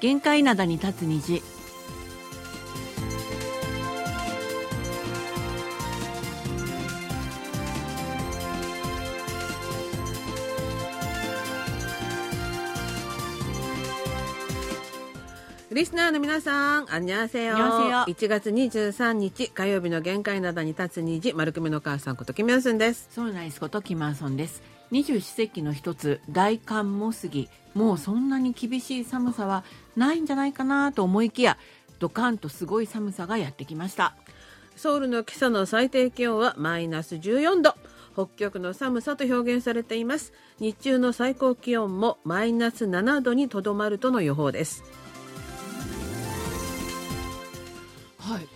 限界灘に立つ虹リスナーの皆さん、あんにゃんせよ。こんにちは1月23日火曜日の限界などに立つ虹、丸くめの母さんことキムヨンスンです。ソーナイスことキマーソンです二十四節気の一つ大寒も過ぎもうそんなに厳しい寒さはないんじゃないかなと思いきやドカンとすごい寒さがやってきましたソウルの今朝の最低気温はマイナス14度。北極の寒さと表現されています。日中の最高気温もマイナス7度にとどまるとの予報です。はい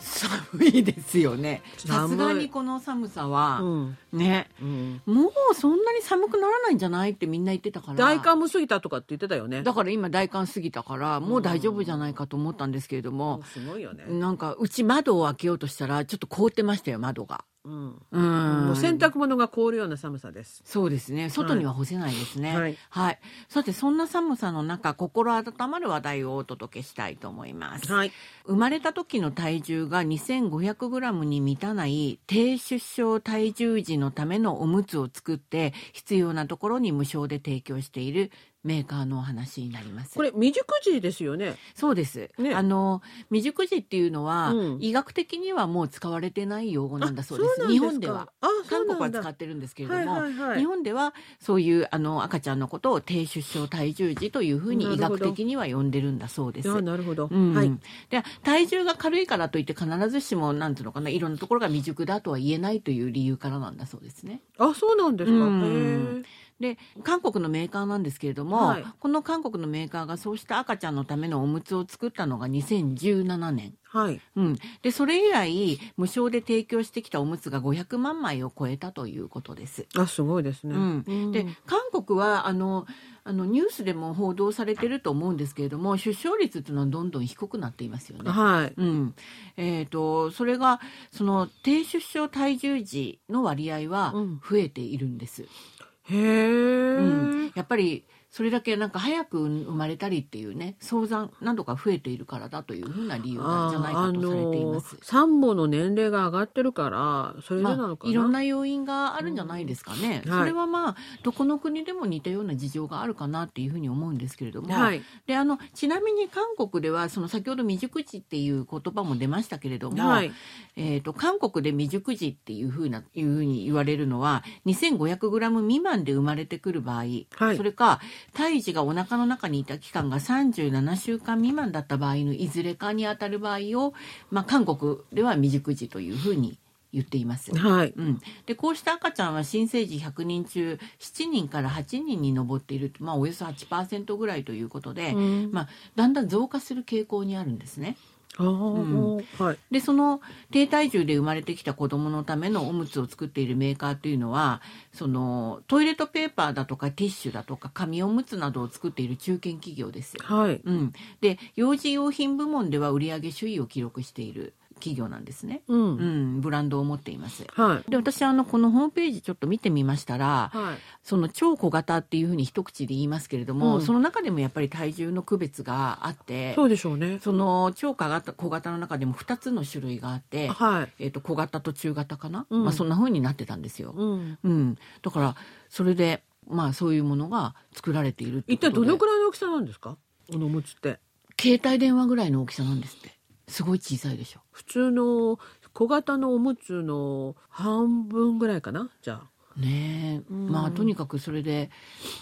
寒いですよねさ寒いすがにこの寒さは、うん。ねうん、もうそんなに寒くならないんじゃないってみんな言ってたから大寒も過ぎたとかって言ってたよね。だから今大寒過ぎたからもう大丈夫じゃないかと思ったんですけれども、すごいよね。なんかうち窓を開けようとしたらちょっと凍ってましたよ窓がうん。うんもう洗濯物が凍るような寒さです。そうですね外には干せないですねはいはい、さてそんな寒さの中心温まる話題をお届けしたいと思いますはい。生まれた時の体重が 2500g に満たない低出生体重児のためのおむつを作って必要なところに無償で提供しているメーカーのお話になりますこれ未熟児ですよね。そうです、ねあの未熟児っていうのは、うん医学的にはもう使われてない用語なんだそうですあ日本では。あ、そう韓なん国はだ使ってるんですけれども、はいはいはい日本ではそういうあの赤ちゃんのことを低出生体重児というふうに医なるほ学ど的には呼んでるんだそうです。あなるほど、うんはいで体重が軽いからといって必ずしもなんていうのかないろんなところが未熟だとは言えないという理由からなんだそうですね。あそうなんですか、うんへえで韓国のメーカーなんですけれども、はいこの韓国のメーカーがそうした赤ちゃんのためのおむつを作ったのが2017年。はいうん、でそれ以来無償で提供してきたおむつが500万枚を超えたということです。あすごいですね、うんでうん韓国はあのあのニュースでも報道されてると思うんですけれども出生率っていうのはどんどん低くなっていますよね。はいうんえー、とそれがその低出生体重児の割合はうん増えているんです、へえ、うん、やっぱりそれだけなんか早く生まれたりっていうね早産などが増えているからだというふうな理由なんじゃないかとされています。産母の年齢が上がってるからそれでなのまかあ、な、いろんな要因があるんじゃないですかね、うんはいそれはまあどこの国でも似たような事情があるかなっていうふうに思うんですけれども、はいであのちなみに韓国ではその先ほど未熟児っていう言葉も出ましたけれども、はいえー、と韓国で未熟児っていうふうないうふうに言われるのは 2500g 未満で生まれてくる場合、はいそれか胎児がお腹の中にいた期間が37週間未満だった場合のいずれかに当たる場合を、まあ、韓国では未熟児というふうに言っています。はいうん、でこうした赤ちゃんは新生児100人中7人から8人に上っている、まあ、およそ8%ぐらいということで、うんまあ、だんだん増加する傾向にあるんですね。あーはいでその低体重で生まれてきた子供のためのおむつを作っているメーカーというのはそのトイレットペーパーだとかティッシュだとか紙おむつなどを作っている中堅企業です。はいうん、で幼児用品部門では売上首位を記録している企業なんですね。うん、うん、ブランドを持っています。はいで私あのこのホームページちょっと見てみましたらはいその超小型っていうふうに一口で言いますけれども、うんその中でもやっぱり体重の区別があってそうでしょうねその超小型小型の中でも2つの種類があって、はいえー、と小型と中型かな、うんまあ、そんな風になってたんですよ。うんうん、だからそれでまあそういうものが作られているって一こと体でどのくらいの大きさなんですかおのむつって携帯電話ぐらいの大きさなんですってすごい小さいでしょ普通の小型のおむつの半分ぐらいかなじゃあねえ、うんまあとにかくそれで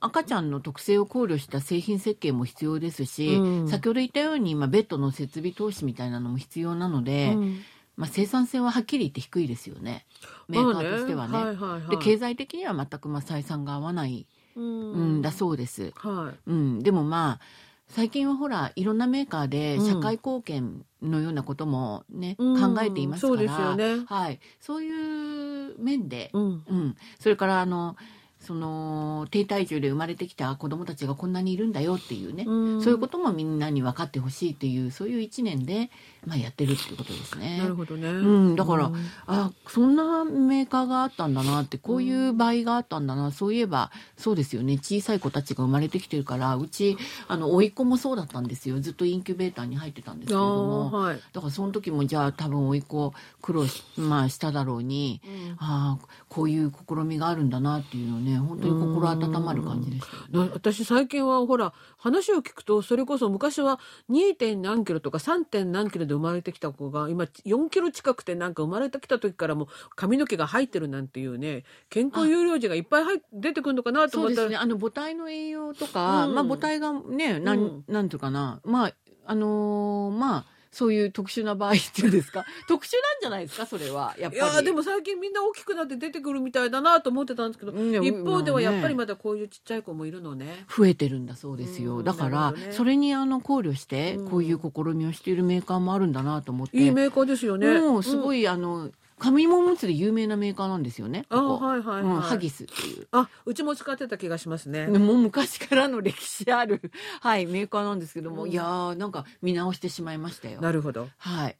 赤ちゃんの特性を考慮した製品設計も必要ですし、うん先ほど言ったように、まあ、ベッドの設備投資みたいなのも必要なので、うんまあ、生産性ははっきり言って低いですよねメーカーとしてはね。まあはいはいはい、で経済的には全くまあ採算が合わない、うんうん、だそうです、はうん、でもまあ最近はほらいろんなメーカーでうん社会貢献のようなこともね、うん考えていますからそうですよねはい、そういう面でい、うんうん、それからあのその低体重で生まれてきた子どもたちがこんなにいるんだよっていうね、うんそういうこともみんなに分かってほしいっていうそういう1年で、まあ、やってるっていうことですね。なるほどね、うん、だから、うんあそんなメーカーがあったんだなってこういう場合があったんだな、そういえばそうですよね小さい子たちが生まれてきてるからうちあの甥っ子もそうだったんですよずっとインキュベーターに入ってたんですけれあどもあはい、だからその時もじゃあ多分甥っ子苦労し,、まあ、しただろうに。ああこういう試みがあるんだなっていうのね本当に心温まる感じでしたよね、な私最近はほら話を聞くとそれこそ昔は 2. 点何キロとか 3. 点何キロで生まれてきた子が今4キロ近くてなんか生まれてきた時からもう髪の毛が入ってるなんていうね健康有料児がいっぱい入っ出てくるのかなとそ思うっでたすら、ねあの母体の栄養とか、うんまあ母体がねなうんんなんていうかなまああのーまあそういう特殊な場合っていうんですか 特殊なんじゃないですかそれはやっいぱりやーでも最近みんな大きくなって出てくるみたいだなと思ってたんですけど、うん一方ではやっぱりまあねまだこういうちっちゃい子もいるのね。増えてるんだそうですよ、うんだかならるほどねそれにあの考慮してうんこういう試みをしているメーカーもあるんだなと思っていいメーカーですよね。もうすごい。い、あの紙もおむつで有名なメーカーなんですよねあここはいはいはい。うん、ハギスっていうあうちも使ってた気がしますね。もう昔からの歴史ある、 はい、メーカーなんですけども、うんいやーなんか見直してしまいましたよ。なるほど。はい。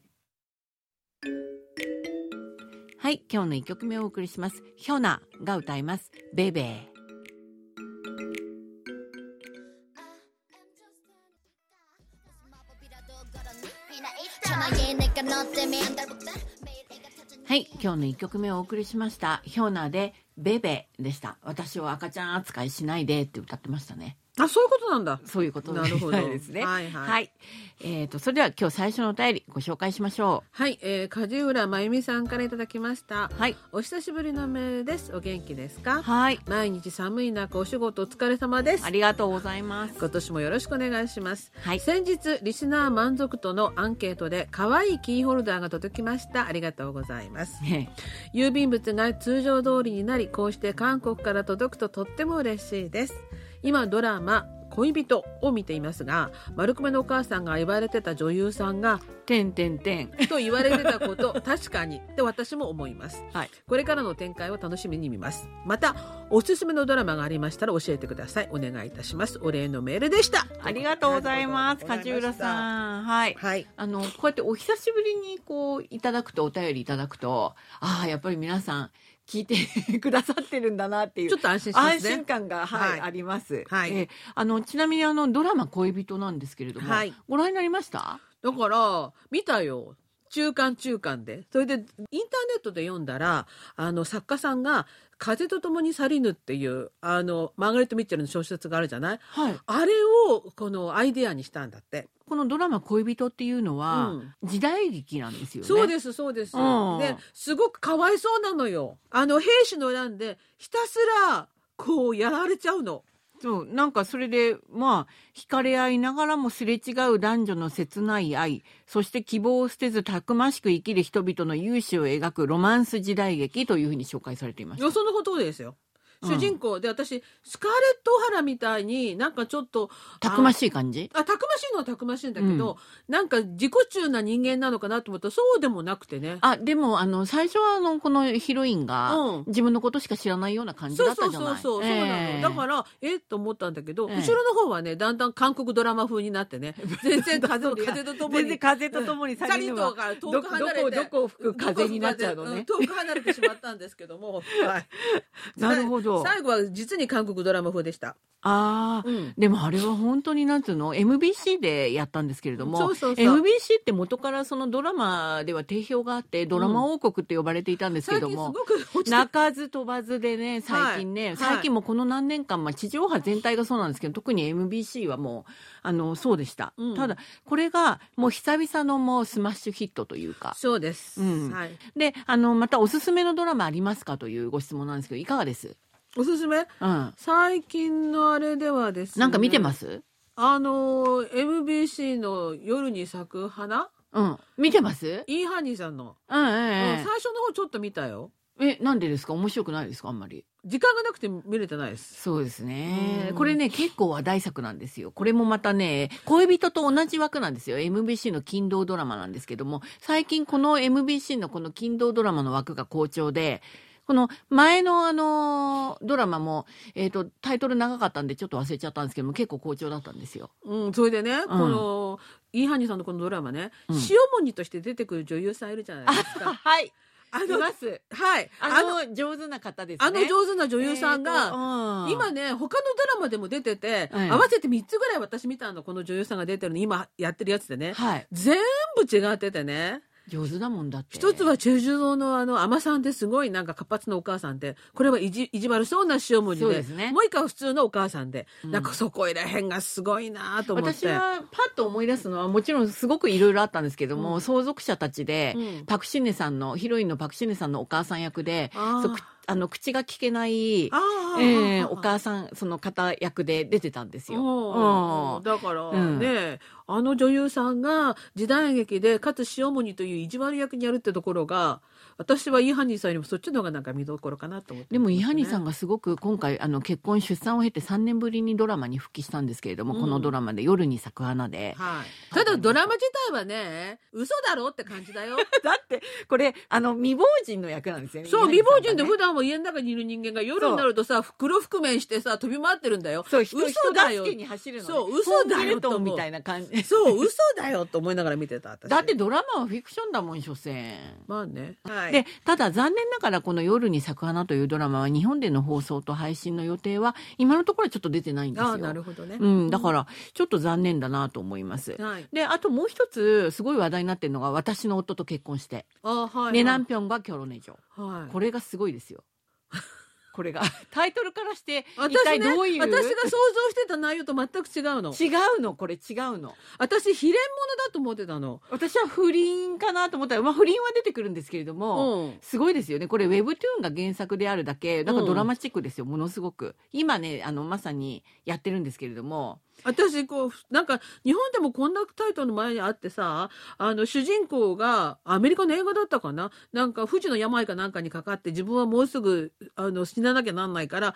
はい、今日の一曲目をお送りします。ヒョナが歌います。ベイベー。ははいい、今日の一曲目をお送りしました。ヒョナでベベーでした。私を赤ちゃん扱いしないでって歌ってましたね。あそういうことなんだ。そういうことみなたいるほ どですね。はいはいえっ、と、それでは今日最初のお便りご紹介しましょはい、えー、梶浦真由美さんからいただきましたう。。はい。お久しぶりのメールです。お元気ですか。はい。毎日寒い中お仕事お疲れ様ですあ。りがとうございます。今年もよろしくお願いします。はい。先日リスナー満足度のアンケートで可愛いキーホルダーが届きましたありがとうございますね郵便物が通常通りになりこうして韓国から届くととっても嬉しいです今ドラマ恋人を見ていますが丸くめのお母さんが言われてた女優さんがてんてんてん。と言われてたこと 確かにって私も思いますはい。これからの展開を楽しみに見ますまたおすすめのドラマがありましたら教えてくださいお願いいたしますお礼のメールでしたありがとうございます。ありがと梶うござ浦いましたさん。はい。はいあの、こうやってお久しぶりにこう、いただくと、お便りいただくと、ああ、やっぱり皆さん、聞いてくださってるんだなっていう。ちょっと安心しま安すね心感が、はい、はいあります。はいえーあの、ちなみにあの、ドラマ恋人なんですけれども、はいご覧になりましただから見たよ中間中間でそれでインターネットで読んだらあの作家さんが「風と共に去りぬ」っていうあのマーガレット・ミッチェルの小説があるじゃないはい。あれをこのアイデアにしたんだって、このドラマ恋人っていうのは、うん時代劇なんですよね。そうですそうです、うんですごくかわいそうなのよあの兵士の選んでひたすらこうやられちゃうのそう、なんかそれで、まあ、惹かれ合いながらもすれ違う男女の切ない愛、そして希望を捨てずたくましく生きる人々の勇姿を描くロマンス時代劇というふうに紹介されていましよそのことですようん主人公で私スカーレット・オハラみたいになんかちょっとた。たくましい感じあたくましいのはたくましいんだけど、なんか自己中な人間なのかなと思ったらそうでもなくてねあ、でも、あの、最初は、あの、このヒロインがうん、自分のことしか知らないような感じそだうっそたうじゃそなうい、そう、そうなのだかららえっと思ったんだけど、ええ後ろの方はねだんだん韓国ドラマ風になってね全然風風ととも全然に。風と共にチさャれリるとは、か遠どくこ離れてどこを吹く風になっちゃうのねどこを吹く風うん遠く離れてしまったんですけども、 はいなるほど。最後は実に韓国ドラマ風でした、ああ、うんでもあれは本当になんつうの MBC でやったんですけれどもそうそうそう MBC って元からそのドラマでは定評があってドラマ王国って呼ばれていたんですけ最ど近すもご。く落ちて泣かず飛ばずでね、最近ね、はい最近もこの何年間、まあ地上波全体がそうなんですけど、特に MBC はもう、あの、そうでした。うんただ、これがもう久々のもうスマッシュヒットというか。そうです、うんはい、で、あの、またおすすめのドラマありますかというご質問なんですけど、いかがですおすすめうん。最近のあれではですねなんか見てますあのー MBC の「夜に咲く花うん。見てます」イーハニーさんの、うん、うんうんうん最。初の方ちょっと見たよえ、なんでですか面白くないですかあんまり。時間がなくて見れてないですそうですねうん。これね、結構話題作なんですよ。これもまたね、恋人と同じ枠なんですよ。MBC の勤労ドラマなんですけども、最近この MBC のこの勤労ドラマの枠が好調で、この前のあのドラマも、えっ、と、タイトル長かったんでちょっと忘れちゃったんですけども、結構好調だったんですよ。うん、それでね、このイーハニさんのこのドラマね、うん塩もにとして出てくる女優さんいるじゃないです か。はい。あいのます。はい、ああのの、上手な方ですね。あの上手な女優さんえーとが、うん今ね他のドラマでも出てて、ええ合わせて3つぐらい私見たのこの女優さんが出てるの今やってるやつでね、はい。全部違っててね上手だもんだって。一つはチェジュ島のあの海さんですごいなんか活発なお母さんでこれは意地意地悪そうな塩文字そうでですねもう一回は普通のお母さんで、うんなんかそこいらへんがすごいなと思って。私はパッと思い出すのはもちろんすごくいろいろあったんですけども、うん相続者たちで、うんパクシネさんのヒロインのパクシネさんのお母さん役であーそうくあの口が聞けない、ああえーおん母さんその方役で出てたんですよ。うんだからうんね、あの女優さんが時代劇でかつ塩もにという意地悪役にやるってところが私はイハニーさんよりもそっちの方がなんか見どころかなと思って、でもイハニさんががすごく今回あの結婚出産を経て3年ぶりにドラマに復帰したんですけれども、うんこのドラマで「夜に咲く花で」はい、ただドラマ自体はね嘘だろって感じだよだってこれあの未亡人の役なんですよねそうイ未ハ亡ニさん人がでね普段は家の中にいる人間が夜になるとさ袋覆面してさ飛び回ってるんだよそう人嘘だよ人助けに走るのねそう嘘だよとコン思クリートみうたいな感じそう嘘だよと思いながら見てた私だってドラマはフィクションだもん所詮まあね、はい、でただ残念ながらこの「夜に咲く花」というドラマは日本での放送と配信の予定は今のところちょっと出てないんですよああなるほどね、うん、だからちょっと残念だなと思いますはいであともう一つすごい話題になってるのが私の夫と結婚してあはい、ネナンピョンがキョロネジョはい、これがすごいです よこれが タイトルからして私一体ね、どういう、私が想像してた内容と全く違うの。違うのこれ違うの私、秘伝物だと思ってたの。私は不倫かなと思ったら、まあ、不倫は出てくるんですけれども、うん。すごいですよね。これ、ウェブトゥーンが原作であるだけ、だからドラマチックですよ、ものすごく。今ね、あの、まさにやってるんですけれども、私、こう、なんか、日本でもこんなタイトルの前にあってさ、あの、主人公が、アメリカの映画だったかななんか、不治の病かなんかにかかって、自分はもうすぐ、あの、死ななきゃなんないから、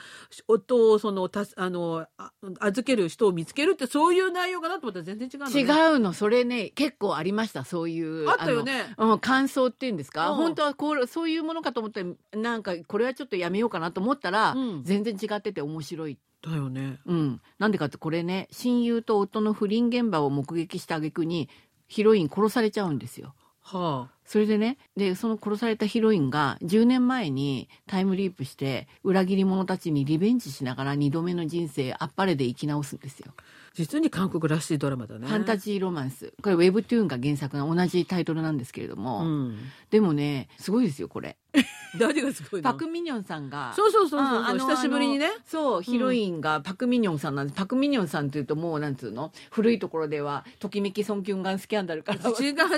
夫を、その、たすあのあ、預ける人を見つけるって、そういう内容かなと思ったら全然違うの、違う。うの、それね、結構ありました、そういう。あったよね。あの。うん、感想っていうんですか、うん本当はこうそういうものかと思ってなんかこれはちょっとやめようかなと思ったら、うん全然違ってて面白い、だよね。うん、なんでかってこれね親友と夫の不倫現場を目撃した挙句にヒロイン殺されちゃうんですよ。はそれでねでその殺されたヒロインが10年前にタイムリープして裏切り者たちにリベンジしながら2度目の人生あっぱれで生き直すんですよ、あ。実に韓国らしいドラマだね。ファンタジーロマンスこれウェブトゥーンが原作の同じタイトルなんですけれども、うん。でもねすごいですよこれ誰がすごいのパク・ミニョンさんがそうそうそうそうああの久しぶりにねあのそうヒロインがパク・ミニョンさんなんです、パク・ミニョンさんというともうなんつうの古いところではときめきソン・キュンガンスキャンダルから違う違うも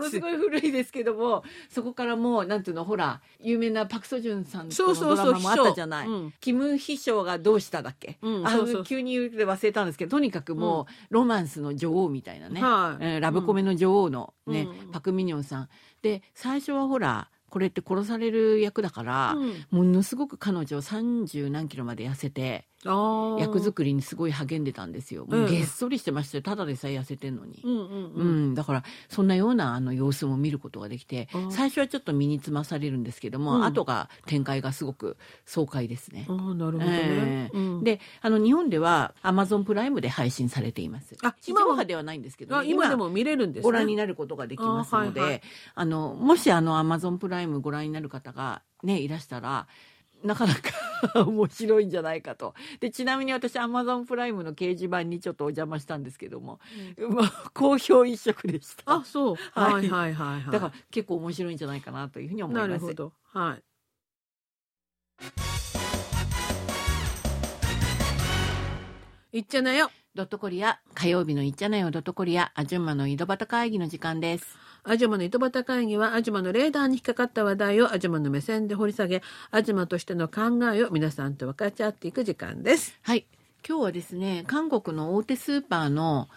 のす違うごい古いですけどもそこからもうなんていうのほら有名なパク・ソジュンさんとそうのそドうそうラマもあったじゃない秘書うんキム秘書がどうしただっけ、うんあそうそう急に言って忘れたんですけどとにかくもう、ロマンスの女王みたいなね、はいえーラブコメの女王の、ねうんパク・ミニョンさんで最初はほらこれって殺される役だから、うんものすごく彼女30何キロまで痩せてあー役作りにすごい励んでたんですよ。もううんげっそりしてましたよただでさえ痩せてんのに。うんうんううんん、だからそんなようなあの様子も見ることができてあー最初はちょっと身につまされるんですけども、うん後が展開がすごく爽快ですねあ。ーなるほどえねえうんであの日本ではアマゾンプライムで配信されています。あ地今も上波ではないんですけど、あね、今でも見れるんですねご覧になることができますのでああ、はいはいのもしあのアマゾンプライムご覧になる方が、ね、いらしたらなかなか面白いんじゃないかとでちなみに私アマゾンプライムの掲示板にちょっとお邪魔したんですけども、 まあ、好評一色でしたあそうはいはいはいはいはいだから結構面白いんじゃないかなというふうに思います。なるほどはい言っちゃなよドットコリア火曜日のいっちゃなよドットコリアアジュンマの井戸端会議の時間です。アジュマの糸端会議はアジュマのレーダーに引っかかった話題をアジュマの目線で掘り下げアジュマとしての考えを皆さんと分かち合っていく時間ですはい今日はですね韓国の大手スーパーの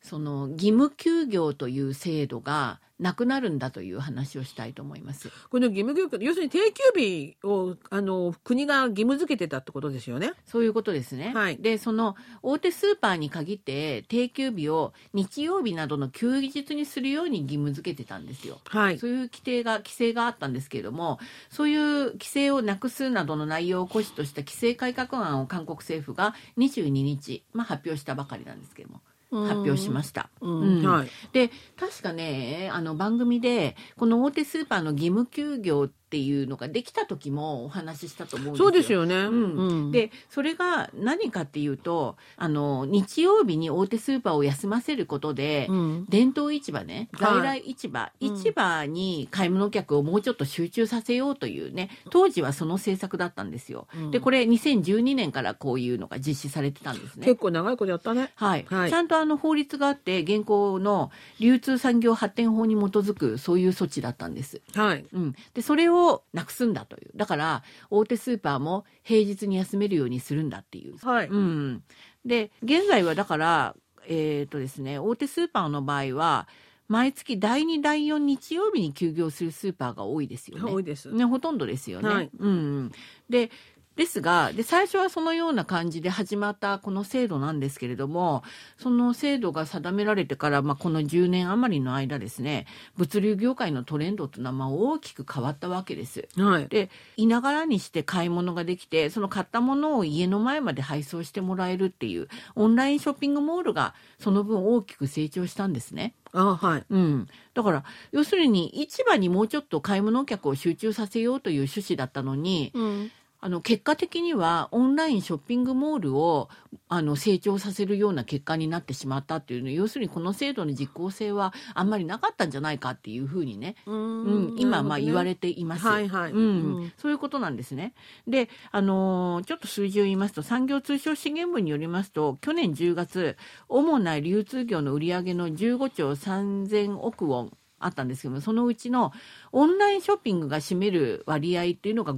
その義務休業という制度がなくなるんだという話をしたいと思います。この義務教育要するに定休日をあの国が義務付けてたってことですよね。そういうことですね。はいで、その大手スーパーに限って定休日を日曜日などの休日にするように義務付けてたんですよ。はい。そういう規定が、規制があったんですけれども、そういう規制をなくすなどの内容を骨子とした規制改革案を韓国政府が22日、まあ、発表したばかりなんですけれども、発表しました。うん。うんはい。で確かねあの番組でこの大手スーパーの義務休業っていうのができた時もお話ししたと思うんですよ。そうですよね。うんでそれが何かっていうとあの日曜日に大手スーパーを休ませることで、うん伝統市場ねはい在来市場、うん市場に買い物客をもうちょっと集中させようというね当時はその政策だったんですよ。うんでこれ2012年からこういうのが実施されてたんですね。結構長いことやったね。はい、はいちゃんとあの法律があって現行の流通産業発展法に基づくそういう措置だったんです。はい。うん、でそれをなくすんだというだから大手スーパーも平日に休めるようにするんだっていう。はい。うん、で現在はだから、えーとですね、大手スーパーの場合は毎月第2第4日曜日に休業するスーパーが多いですよね。多いです。ね、ほとんどですよね。はいうんうん、でですがで最初はそのような感じで始まったこの制度なんですけれどもその制度が定められてから、まあ、この10年余りの間ですね物流業界のトレンドというのはまあ大きく変わったわけです。はい。でいながらにして買い物ができてその買ったものを家の前まで配送してもらえるっていうオンラインショッピングモールがその分大きく成長したんですね。あはい。うん、だから要するに市場にもうちょっと買い物客を集中させようという趣旨だったのにうん。あの結果的にはオンラインショッピングモールをあの成長させるような結果になってしまったっていうの要するにこの制度の実効性はあんまりなかったんじゃないかっていうふうにね、うん、今まあ言われています。はいはい。うんそういうことなんですね。で、あのーちょっと数字を言いますと、産業通商資源部によりますと、去年10月、主な流通業の売上の15兆3000億ウォンあったんですけども、そのうちのオンラインショッピングが占める割合っていうのが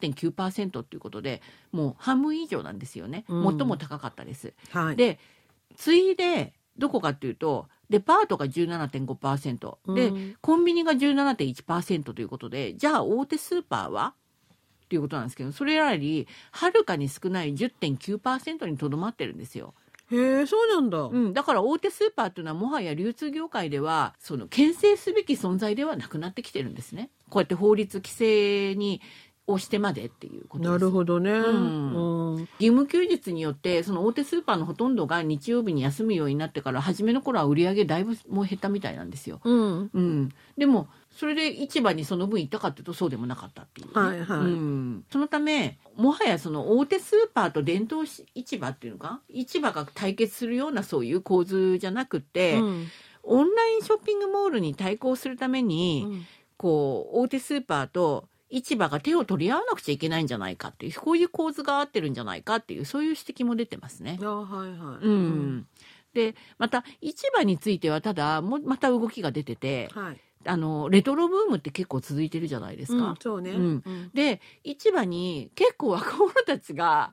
51.9%ということで、もう半分以上なんですよね。最うんも高かったです。はい。で、次いで、どこかっていうと、デパートが17.5%。で、うんコンビニが17.1%ということで、じゃあ大手スーパーはっていうことなんですけど、それよりはるかに少ない10.9%にとどまってるんですよ。へえ、そうなんだ。うん、だから大手スーパーというのはもはや流通業界では、その牽制すべき存在ではなくなってきてるんですね。こうやって法律規制にをしてまでっていうことです。なるほどね。んうん義務休日によってその大手スーパーのほとんどが日曜日に休むようになってから初めの頃は売り上げだいぶもう減ったみたいなんですよ。うん。うん、でもそれで市場にその分行ったかっていうとそうでもなかったっていうね、はいはいうん、そのためもはやその大手スーパーと伝統市市場っていうのか市場が対決するようなそういう構図じゃなくて、うんオンラインショッピングモールに対抗するために、こう大手スーパーと市場が手を取り合わなくちゃいけないんじゃないかっていうこういう構図が合ってるんじゃないかっていうそういう指摘も出てますね。あはいはい。う。ん、でまた市場についてはただもうまた動きが出ててはい。あのレトロブームって結構続いてるじゃないですか。うんそうね。うんうんで市場に結構若者たちが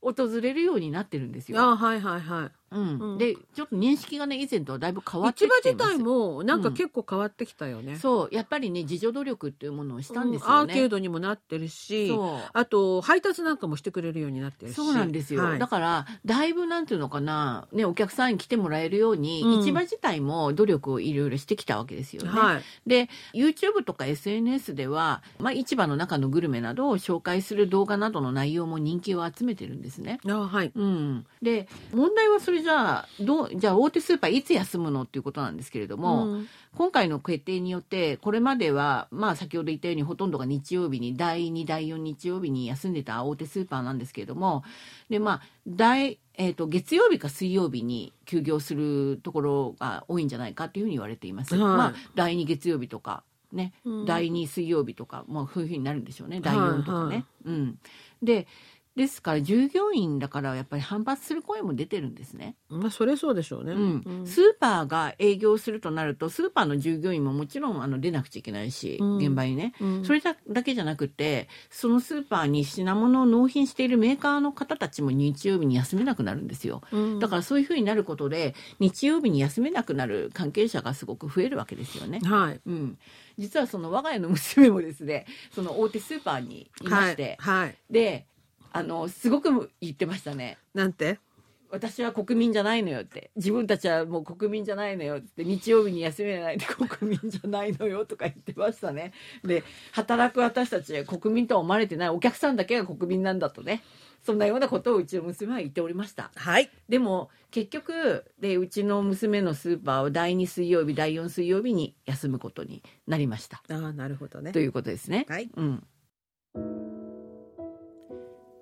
訪れるようになってるんですよ。あはいはいはい。うんうんでちょっと認識がね以前とはだいぶ変わってき市場てい自ます体もなんか結構変わってきたよね。そうやっぱりね自助努力っていうものをしたんですうんアよーケーね。ドにもなってるし、そうあと配達なんかもしてくれるようになってるし。そうなんですよ、はいだからだいぶなんていうのかな、ね、お客さんに来てもらえるように、うん市場自体も努力をいろいろしてきたわけですよね。はい。で YouTube とか SNS では、まあ、市場の中のグルメなどを紹介する動画などの内容も人気を集めてるんですね。あはい。うん、で問題はそれじゃあどうじゃあ大手スーパーいつ休むのっていうことなんですけれども、うん今回の決定によってこれまでは、まあ、先ほど言ったようにほとんどが日曜日に第2第4日曜日に休んでた大手スーパーなんですけれどもで、まあ第えー、と月曜日か水曜日に休業するところが多いんじゃないかというふうに言われています。はいまあ、第2月曜日とかね、うん第2水曜日とか、まあ、そういうふうになるんでしょうね第4とかね。はいはいうん、でですから従業員だからやっぱり反発する声も出てるんですね。まあそれそうでしょうね。うんうんスーパーが営業するとなるとスーパーの従業員ももちろんあの出なくちゃいけないし、うん現場にね。うんそれだだけじゃなくてそのスーパーに品物を納品しているメーカーの方たちも日曜日に休めなくなるんですよ。うんだからそういうふうになることで日曜日に休めなくなる関係者がすごく増えるわけですよね。はい。うん、実はその我が家の娘もですねその大手スーパーにいまして、はい。はい。であのすごく言ってましたねなんて。私は国民じゃないのよって自分たちはもう国民じゃないのよって日曜日に休めないで 国民じゃないのよとか言ってましたねで働く私たちは国民とは思われてないお客さんだけが国民なんだとねそんなようなことをうちの娘は言っておりましたはい。でも結局でうちの娘のスーパーは第2水曜日第4水曜日に休むことになりましたああ、なるほどねと。いうことですねはい。うん。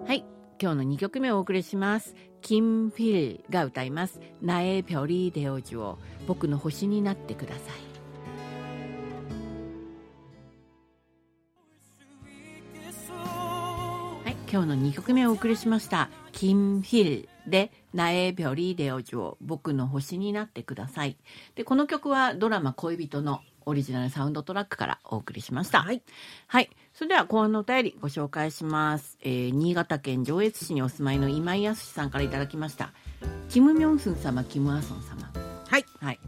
はい。今日の2曲目をお送りします。キン・フィルが歌います。ナエ・ピョリー・デオジュを僕の星になってください。はい、今日の2曲目をお送りしました「キン・ヒル」で「ナエ・ビョリー・デオジョ僕の星になってください」でこの曲はドラマ「恋人」のオリジナルサウンドトラックからお送りしましたはい、はいそれでは後半のお便りご紹介します、えー新潟県上越市にお住まいの今井康さんからいただきましたキム・ミョンスン様キム・アソン様はい。はい、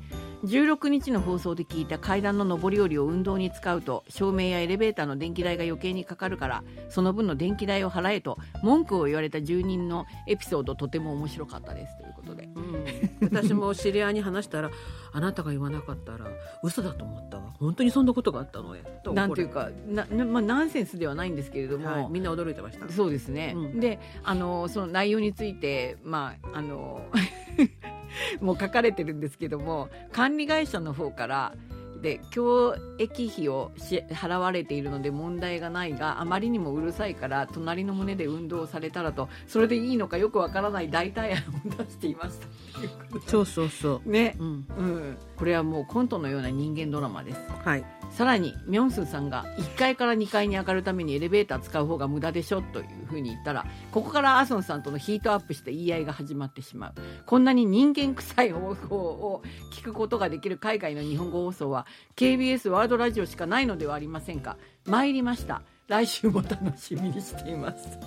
16日の放送で聞いた階段の上り下りを運動に使うと照明やエレベーターの電気代が余計にかかるからその分の電気代を払えと文句を言われた住人のエピソードとても面白かったですということでうん、私も知り合いに話したらあなたが言わなかったら嘘だと思ったわ本当にそんなことがあったのねとなんていうこかな、なまあ、ナンセンスではないんですけれどれも、はいみんな驚いてましたそうですね、うんであのその内容についてまああの もう書かれてるんですけども管理会社の方からで教育費を支払われているので問題がないがあまりにもうるさいから隣の胸で運動をされたらとそれでいいのかよくわからない代替案を出していましたっていうことでそうそうそうね、うんうん、これはもうコントのような人間ドラマですはいさらにミョンスンさんが1階から2階に上がるためにエレベーター使う方が無駄でしょというふうに言ったらここからアソンさんとのヒートアップして言い合いが始まってしまうこんなに人間臭い方法を聞くことができる海外の日本語放送は KBS ワールドラジオしかないのではありませんか参りました来週も楽しみにしています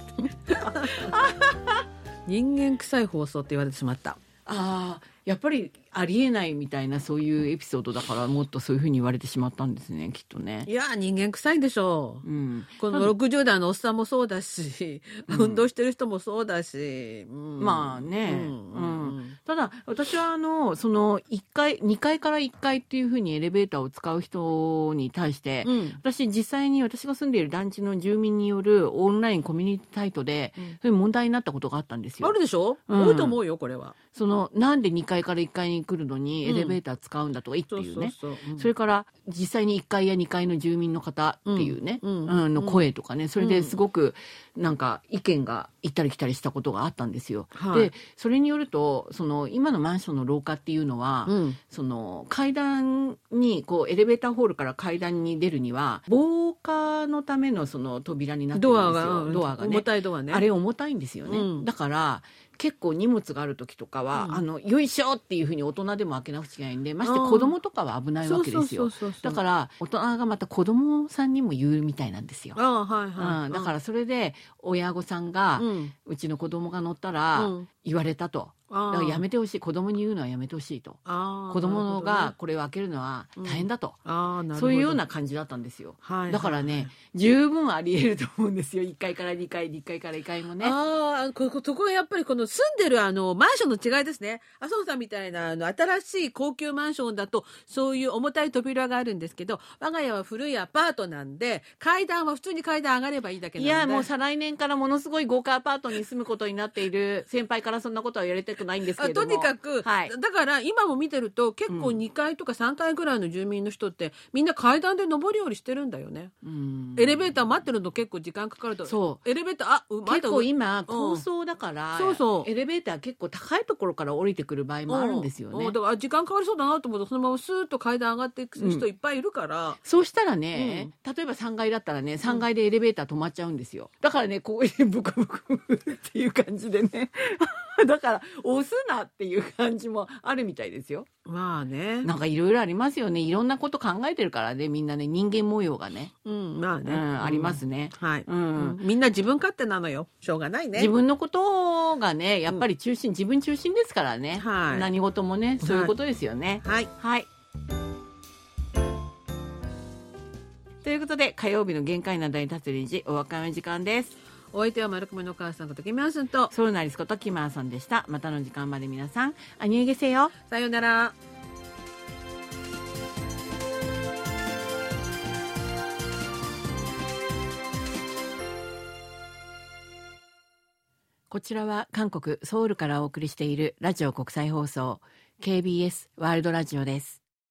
人間臭い放送って言われてしまったああやっぱりありえないみたいなそういうエピソードだからもっとそういうふうに言われてしまったんですねきっとねい。やー人間臭いでしょううん、この60代のおっさんもそうだし、運動してる人もそうだし、うんまあねうんうんただ私はあのその1階2階から1階っていうふうにエレベーターを使う人に対して、うん私実際に私が住んでいる団地の住民によるオンラインコミュニティサイトで、うんそういう問題になったことがあったんですあよる。でしょ、うん多いと思うよこれはそのなんで2階から1階に来るのにエレベーター使うんだとか言ってそういうそうね。そう、うんそれから実際に1階や2階の住民の方っていうね、ううんんうんの声とかねそれですごくなんか意見が行ったり来たりしたことがあったんですよ。はいでそれによるとその今のマンションの廊下っていうのは、うんその階段にこうエレベーターホールから階段に出るには防火のためのその扉になってるんドでアすがようんドアがね重。たいドアねあれ重たいんですよね、うんだから結構荷物がある時とかは、うんあのよいしょっていうふうに大人でも開けなくちゃいけないんでましてうん子供とかは危ないわけですよそうそうそうそだうからら大人がまた子供さんにも言うみたいなんですよ、ああはいはい、うん、だからそれで親御さんが、ううんちの子供が乗ったらうん言われたと、だああからやめてほしい子供に言うのはやめてほしいとああ子供のなるがこれを開けるのは大変だと、ほどねああなるほどそういうような感じだったんですよ。はいはいだからね、十分あり得ると思うんですよ。1階から2階、2階から1階もね。ああここそこがやっぱりこの住んでるあのマンションの違いですね麻生さんみたいなあの新しい高級マンションだとそういう重たい扉があるんですけど我が家は古いアパートなんで階段は普通に階段上がればいいだけなんいでや、もうさ再来年からものすごい豪華アパートに住むことになっている先輩からそんなことは言われてしくないんですけあれどともにかく、はいだから今も見てると結構うん2階とか3階ぐらいの住民の人ってみんな階段で上り下りしてるんだよね、うんエレベーター待ってるの結構時間かかるとそうエレベーターあうま結だ構今うん高層だから、そうそうエレベーター結構高いところから降りてくる場合もあるんですよううねだ。から時間かかりそうだなと思うとそのままスーッと階段上がっていく人いっぱいいるから、そうしたらね、例えば3階だったらね、3階でエレベーター止まっちゃうんですよ。だからね、こう、 ブクブクっていう感じでね。 だから、押すなっていう感じもあるみたいですよ。まあねなんかいろいろありますよね。いろんなこと考えてるからね、みんなね、人間模様がね、うんまあうね、ん、ありますね。はい、うんみんな自分勝手なのよしょうがないね自分のことがね、やっぱり中心、自分中心ですからね。はい何事もね、そういうことですよね。はいはい。ということで火曜日の限界な大脱理事お別れの時間です。お相手は丸くめのお母さんことケミアンさんとソウルナリスことキマーさんでした。またの時間まで皆さん、アニューゲセよ。さようならこちらは韓国ソウルからお送りしているラジオ国際放送 KBS ワールドラジオです。